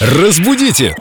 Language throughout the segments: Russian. Разбудите!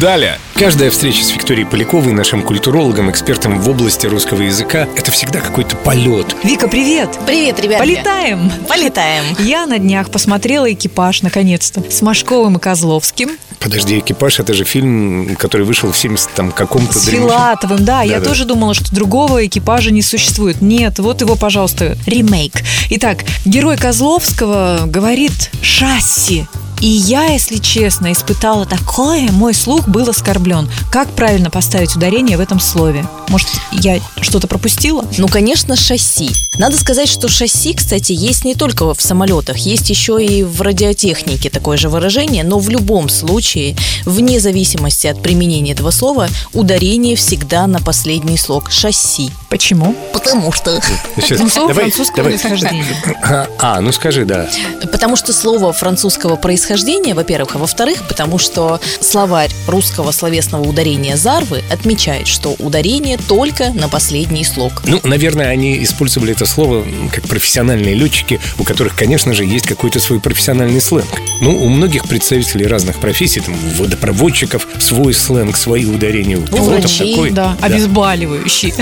Далее! Каждая встреча с Викторией Поляковой, нашим культурологом, экспертом в области русского языка, это всегда какой-то полет. Вика, привет! Привет, ребята! Полетаем! Полетаем! Я на днях посмотрела экипаж, наконец-то, с Машковым и Козловским, Подожди, экипаж это же фильм, который вышел в 70 там каком-то с древнем- Филатовым, да, я Да-да. тоже думала, что другого экипажа не существует. Нет, вот его, пожалуйста, ремейк. Итак, герой Козловского говорит «шасси». И я, если честно, испытала такое, мой слух был оскорблен. Как правильно поставить ударение в этом слове? Может, я что-то пропустила? Ну, конечно, шасси. Надо сказать, что шасси, кстати, есть не только в самолетах, есть еще и в радиотехнике такое же выражение, но в любом случае, вне зависимости от применения этого слова, ударение всегда на последний слог шасси. Почему? Потому что... Сейчас, Ну, слово давай, французского давай. происхождения. А, а, ну скажи, да. Потому что слово французского происхождения, во-первых, а во-вторых, потому что словарь русского словесного ударения «зарвы» отмечает, что ударение только на последний слог. Ну, наверное, они использовали это слово м, как профессиональные летчики, у которых, конечно же, есть какой-то свой профессиональный сленг. Ну, у многих представителей разных профессий, там, у водопроводчиков, свой сленг, свои ударения. У пилотов врачей, такой. Да, Да. обезболивающий.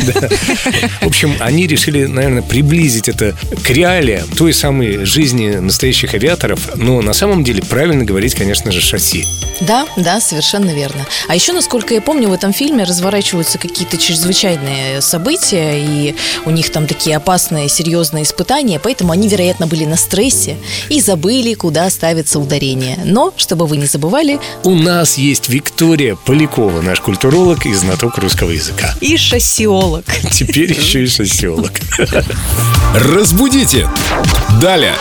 В общем, они решили, наверное, приблизить это к реалиям той самой жизни настоящих авиаторов, но на самом деле правильно говорить, конечно же, шасси. Да, да, совершенно верно. А еще, насколько я помню, в этом фильме разворачиваются какие-то чрезвычайные события, и у них там такие опасные, серьезные испытания, поэтому они, вероятно, были на стрессе и забыли, куда ставится ударение. Но, чтобы вы не забывали, У нас есть Виктория Полякова, наш культуролог и знаток русского языка. И шассиолог. Теперь еще и шассиолог. Разбудите! Далее!